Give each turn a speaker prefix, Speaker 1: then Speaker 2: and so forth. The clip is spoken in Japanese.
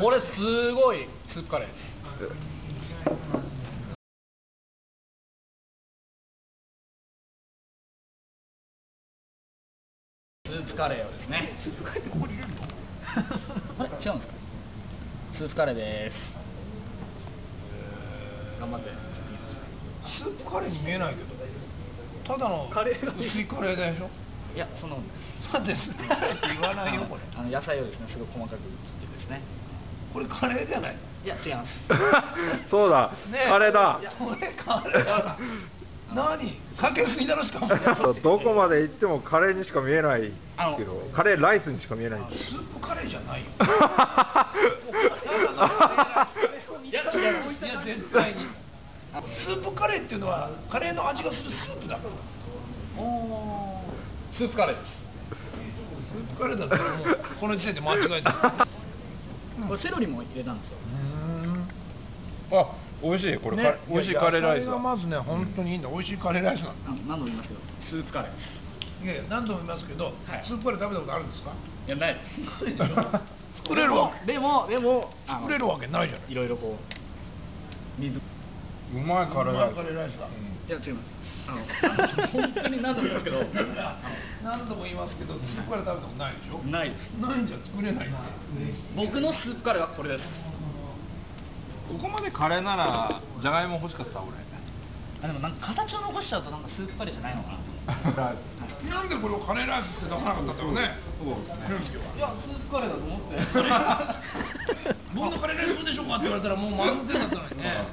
Speaker 1: これすごいスープカレーですスープカレーをですねスープカレーってここに入れるのあれ違うんですかスープカレーです頑張って
Speaker 2: スープカレーに見えないけどただの
Speaker 3: カレーが
Speaker 2: 薄いカレーでしょ
Speaker 1: いやその
Speaker 2: なんでスープカレーって言わないよこれ
Speaker 1: あの野菜をですねすごい細かく切ってですね
Speaker 2: これカレーじゃない
Speaker 1: いや違います
Speaker 4: そうだ、
Speaker 2: ねえ
Speaker 4: あれだ
Speaker 2: いやこれカレ
Speaker 1: 山田さ
Speaker 2: ー何かけすぎだろしかも
Speaker 4: どこまで行ってもカレーにしか見えないですけどカレーライスにしか見えないです
Speaker 2: スープカレーじゃないよ
Speaker 1: いや違ういや絶対に
Speaker 2: スープカレーっていうのはカレーの味がするスープだから
Speaker 1: スープカレーです
Speaker 2: スープカレーだったらもうこの時点で間違えた
Speaker 1: これセロリも入れたんですよ
Speaker 4: あ美味しいこれ、
Speaker 2: ね
Speaker 4: カレー美味しいカレーライス
Speaker 2: 野菜がまずね本当にいいんだ美味しいカレーライスなんだ
Speaker 1: あの何度も言いますけどスープカレーです
Speaker 2: いやいや何度も言いますけど、
Speaker 1: はい
Speaker 2: スープカレー食べたことあるんですか
Speaker 1: いやないで
Speaker 2: ないでし ょ作れるわけ
Speaker 1: でもでもあの
Speaker 2: 作れるわけないじゃない
Speaker 1: いろいろこう水いう
Speaker 4: まいカレーライス
Speaker 2: うまいカレーライスだ
Speaker 1: や違いますあ の本当に何度も言いますけど
Speaker 2: だから 何度も言いますけどスープカレー食べたことないでしょ
Speaker 1: ないです
Speaker 2: ないんじゃ作れないって
Speaker 1: 僕のスープカレーはこれです
Speaker 3: ここまでカレーならじゃがいも欲しかった俺
Speaker 1: あでもなんか形を残しちゃうとなんかスープカレーじゃないのかな
Speaker 2: なんでこれをカレーライスって出さなかったんだろうね
Speaker 3: そうですね
Speaker 2: 俊介はい
Speaker 1: やスープカレーだと思って
Speaker 2: 僕 のカレーライスどうでしょうかって言われたらもう満点だったのにね